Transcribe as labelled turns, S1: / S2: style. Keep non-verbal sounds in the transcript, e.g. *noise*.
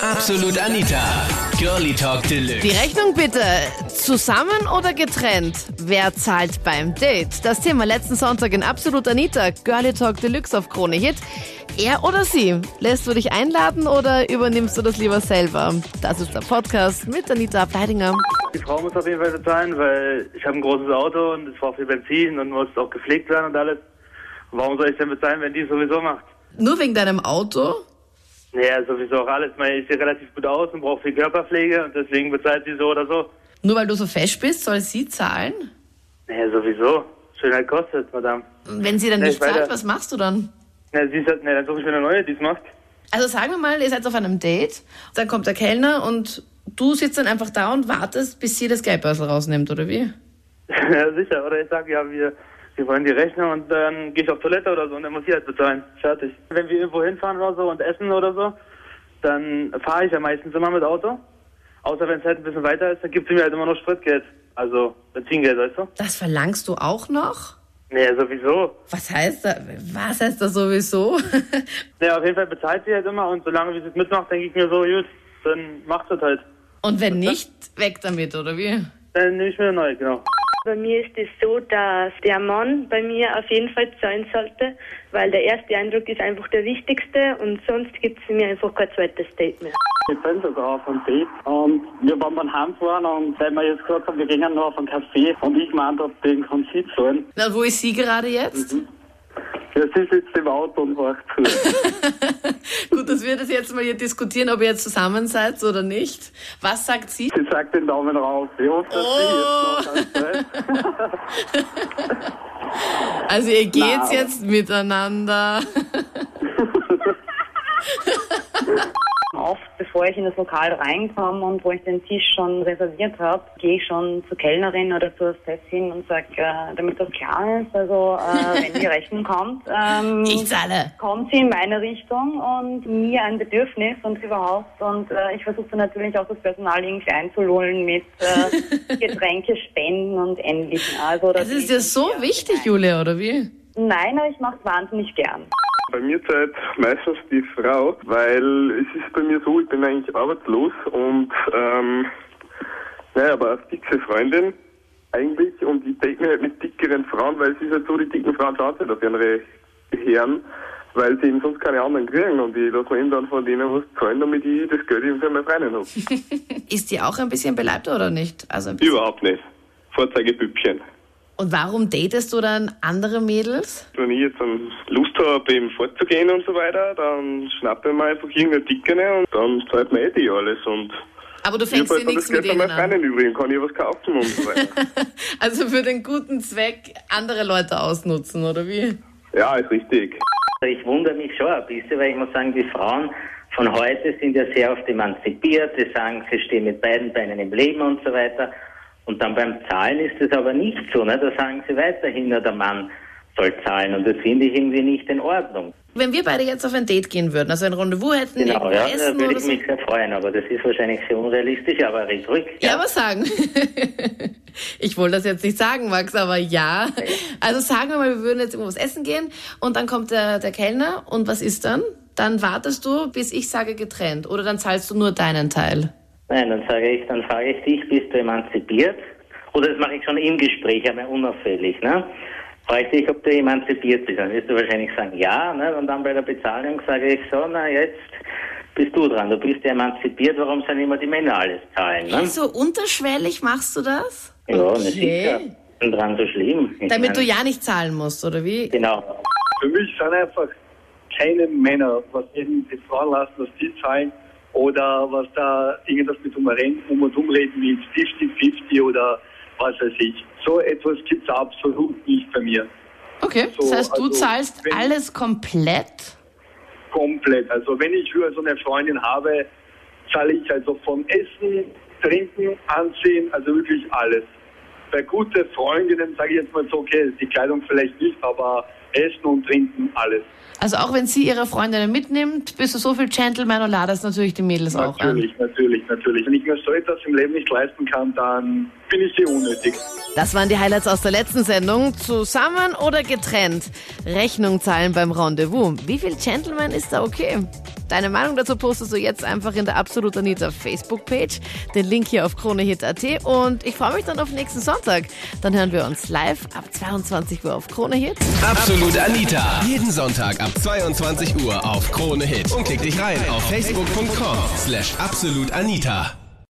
S1: Absolut Anita. Girlie Talk
S2: Die
S1: Deluxe.
S2: Rechnung bitte. Zusammen oder getrennt? Wer zahlt beim Date? Das Thema letzten Sonntag in Absolut Anita. Girlie Talk Deluxe auf Krone Hit. Er oder sie? Lässt du dich einladen oder übernimmst du das lieber selber? Das ist der Podcast mit Anita Ableidinger.
S3: Die Frau muss auf jeden Fall bezahlen, weil ich habe ein großes Auto und es braucht viel Benzin und muss auch gepflegt werden und alles. Und warum soll ich denn bezahlen, wenn die es sowieso macht?
S2: Nur wegen deinem Auto?
S3: Naja, sowieso auch alles. Man sieht relativ gut aus und braucht viel Körperpflege und deswegen bezahlt sie so oder so.
S2: Nur weil du so fesch bist, soll sie zahlen?
S3: Naja, sowieso. Schönheit kostet, Madame.
S2: Wenn sie dann
S3: Nee,
S2: nicht
S3: ich weiß
S2: zahlt,
S3: ja.
S2: was machst du dann?
S3: Na, sie ist halt, na, dann suche ich mir eine neue, die es macht.
S2: Also sagen wir mal, ihr seid auf einem Date, dann kommt der Kellner und du sitzt dann einfach da und wartest, bis sie das Geldbörsel rausnimmt, oder wie?
S3: ja, sicher. Oder ich sage, ja, wir, wir wollen die Rechnung und dann gehe ich auf Toilette oder so und dann muss sie halt bezahlen. Fertig. Wenn wir irgendwo hinfahren oder so und essen oder so, dann fahre ich ja meistens immer mit Auto. Außer wenn es halt ein bisschen weiter ist, dann gibt sie mir halt immer noch Spritgeld. Also Benzingeld, weißt du?
S2: Das verlangst du auch noch?
S3: Nee, sowieso.
S2: Was heißt da? Was heißt das sowieso? *laughs*
S3: Nee, auf jeden Fall bezahlt sie halt immer und solange wie sie es mitmacht, denke ich mir so, gut, dann macht es halt.
S2: und wenn nicht, weg damit, oder wie?
S3: Dann nehme ich mir eine neue, genau.
S4: Bei mir ist es so, dass der Mann bei mir auf jeden Fall zahlen sollte, weil der erste Eindruck ist einfach der wichtigste und sonst gibt es mir einfach kein zweites Date mehr.
S5: Wir sind sogar auf einem Date und wir waren dann heimgefahren und weil wir jetzt gesagt haben, wir gehen noch auf einen Café und ich meinte, ob den kann sie zahlen.
S2: Na, wo ist sie gerade jetzt?
S6: Mhm.
S5: Ja, sie sitzt im Auto und wacht zu.
S2: Gut, dass wir das jetzt mal hier diskutieren, ob ihr jetzt zusammen seid oder nicht. Was sagt sie?
S5: *laughs* Sie sagt den Daumen rauf. Ich hoffe, dass sie jetzt noch ganz weiß.
S2: Also ihr geht jetzt miteinander.
S7: Oft, bevor ich in das Lokal reinkomme und wo ich den Tisch schon reserviert habe, gehe ich schon zur Kellnerin oder zur Chef hin und sage, äh, damit das klar ist, also
S2: *laughs*
S7: äh, wenn die Rechnung kommt,
S6: Mhm.
S7: ähm,
S2: Ich zahle.
S7: kommt sie in meine Richtung und nie ein Bedürfnis und überhaupt. Und äh, ich versuche dann natürlich auch das Personal irgendwie einzuholen mit
S2: *laughs*
S7: äh, Getränkespenden und Ähnlichem. Also,
S2: Das ist dir so wichtig, Julia, oder wie?
S7: Nein, aber ich mache es wahnsinnig gern.
S6: Bei mir zahlt meistens die Frau, weil es ist bei mir so, ich bin eigentlich arbeitslos und ähm, naja, aber eine fixe Freundin eigentlich und ich date mir halt mit dickeren Frauen, weil es ist halt so, die dicken Frauen schauen halt auf ihre Herren, weil sie eben sonst keine anderen kriegen und ich lasse mir eben dann von denen was zahlen, damit ich das Geld eben für meine Freundin habe.
S2: Ist die auch ein bisschen beleibt oder nicht? Also ein bisschen.
S6: Überhaupt nicht. Vorzeigebübchen.
S2: Und warum datest du dann andere Mädels?
S6: Wenn ich jetzt dann Lust habe, eben fortzugehen und so weiter, dann schnappe ich mir einfach irgendeine Dickere und dann zahlt mir eh die alles. Und
S2: Aber du
S6: ich
S2: fängst
S6: habe
S2: dir
S6: halt dann
S2: nichts
S6: das
S2: mit
S6: Geld
S2: denen
S6: von meinen
S2: an.
S6: Freundin übrig und kann ich was kaufen und
S2: *laughs*
S6: so weiter.
S2: Also für den guten Zweck andere Leute ausnutzen, oder wie?
S6: ja, ist richtig.
S8: Also ich wundere mich schon ein bisschen, weil ich muss sagen, die Frauen von heute sind ja sehr oft emanzipiert. Sie sagen, sie stehen mit beiden Beinen im Leben und so weiter. Und dann beim Zahlen ist es aber nicht so. Ne? Da sagen sie weiterhin, na, der Mann soll zahlen. Und das finde ich irgendwie nicht in Ordnung.
S2: Wenn wir beide jetzt auf ein Date gehen würden, also ein Rendezvous hätten,
S8: Genau,
S2: irgendwo
S8: ja, da
S2: essen
S8: würde
S2: oder
S8: ich
S2: so.
S8: mich sehr freuen. Aber das ist wahrscheinlich sehr unrealistisch, aber red ruhig.
S2: Ja, was sagen? *laughs* ich wollte das jetzt nicht sagen, Max, aber ja. Also sagen wir mal, wir würden jetzt irgendwo was essen gehen und dann kommt der, der Kellner und was ist dann? Dann wartest du, bis ich sage getrennt oder dann zahlst du nur deinen Teil.
S8: Nein, dann sage ich, dann frage ich dich, bist du emanzipiert? Oder das mache ich schon im Gespräch, aber unauffällig, ne? Frage ich dich, ob du emanzipiert bist. Dann wirst du wahrscheinlich sagen, ja, ne? Und dann bei der Bezahlung sage ich so, na jetzt bist du dran, du bist ja emanzipiert, warum sollen immer die Männer alles zahlen, ne?
S2: So unterschwellig machst du das?
S8: Ja, na sicher. Und dran so schlimm. Ich
S2: Damit
S8: meine,
S2: du ja nicht zahlen musst, oder wie?
S8: Genau.
S9: Für mich sind einfach keine Männer, was eben die Frauen lassen, was die zahlen oder was da irgendwas mit um, um und umreden wie 50-50 oder was weiß ich. So etwas gibt es absolut nicht bei mir.
S2: Okay.
S9: So,
S2: das heißt, du
S9: also,
S2: zahlst
S9: wenn-
S2: alles komplett?
S9: Komplett. Also wenn ich für so eine Freundin habe, zahle ich also vom Essen, Trinken, Anziehen, also wirklich alles. Bei guten Freundinnen sage ich jetzt mal so, okay, die Kleidung vielleicht nicht, aber Essen und Trinken, alles.
S2: Also auch wenn sie ihre Freundinnen mitnimmt, bist du so viel Gentleman und ladest natürlich die Mädels auch an.
S9: Natürlich, natürlich, natürlich. Wenn ich mir so etwas im Leben nicht leisten kann, dann finde ich sehr unnötig.
S2: Das waren die Highlights aus der letzten Sendung. Zusammen oder getrennt? Rechnung zahlen beim Rendezvous. Wie viel Gentleman ist da okay? Deine Meinung dazu postest du jetzt einfach in der Absolut Anita Facebook-Page. Den Link hier auf kronehit.at. Und ich freue mich dann auf nächsten Sonntag. Dann hören wir uns live ab 22 Uhr auf Kronehit.
S1: Absolut Anita. Jeden Sonntag ab 22 Uhr auf Krone Hit. Und klick dich rein auf facebook.com slash absolutanita.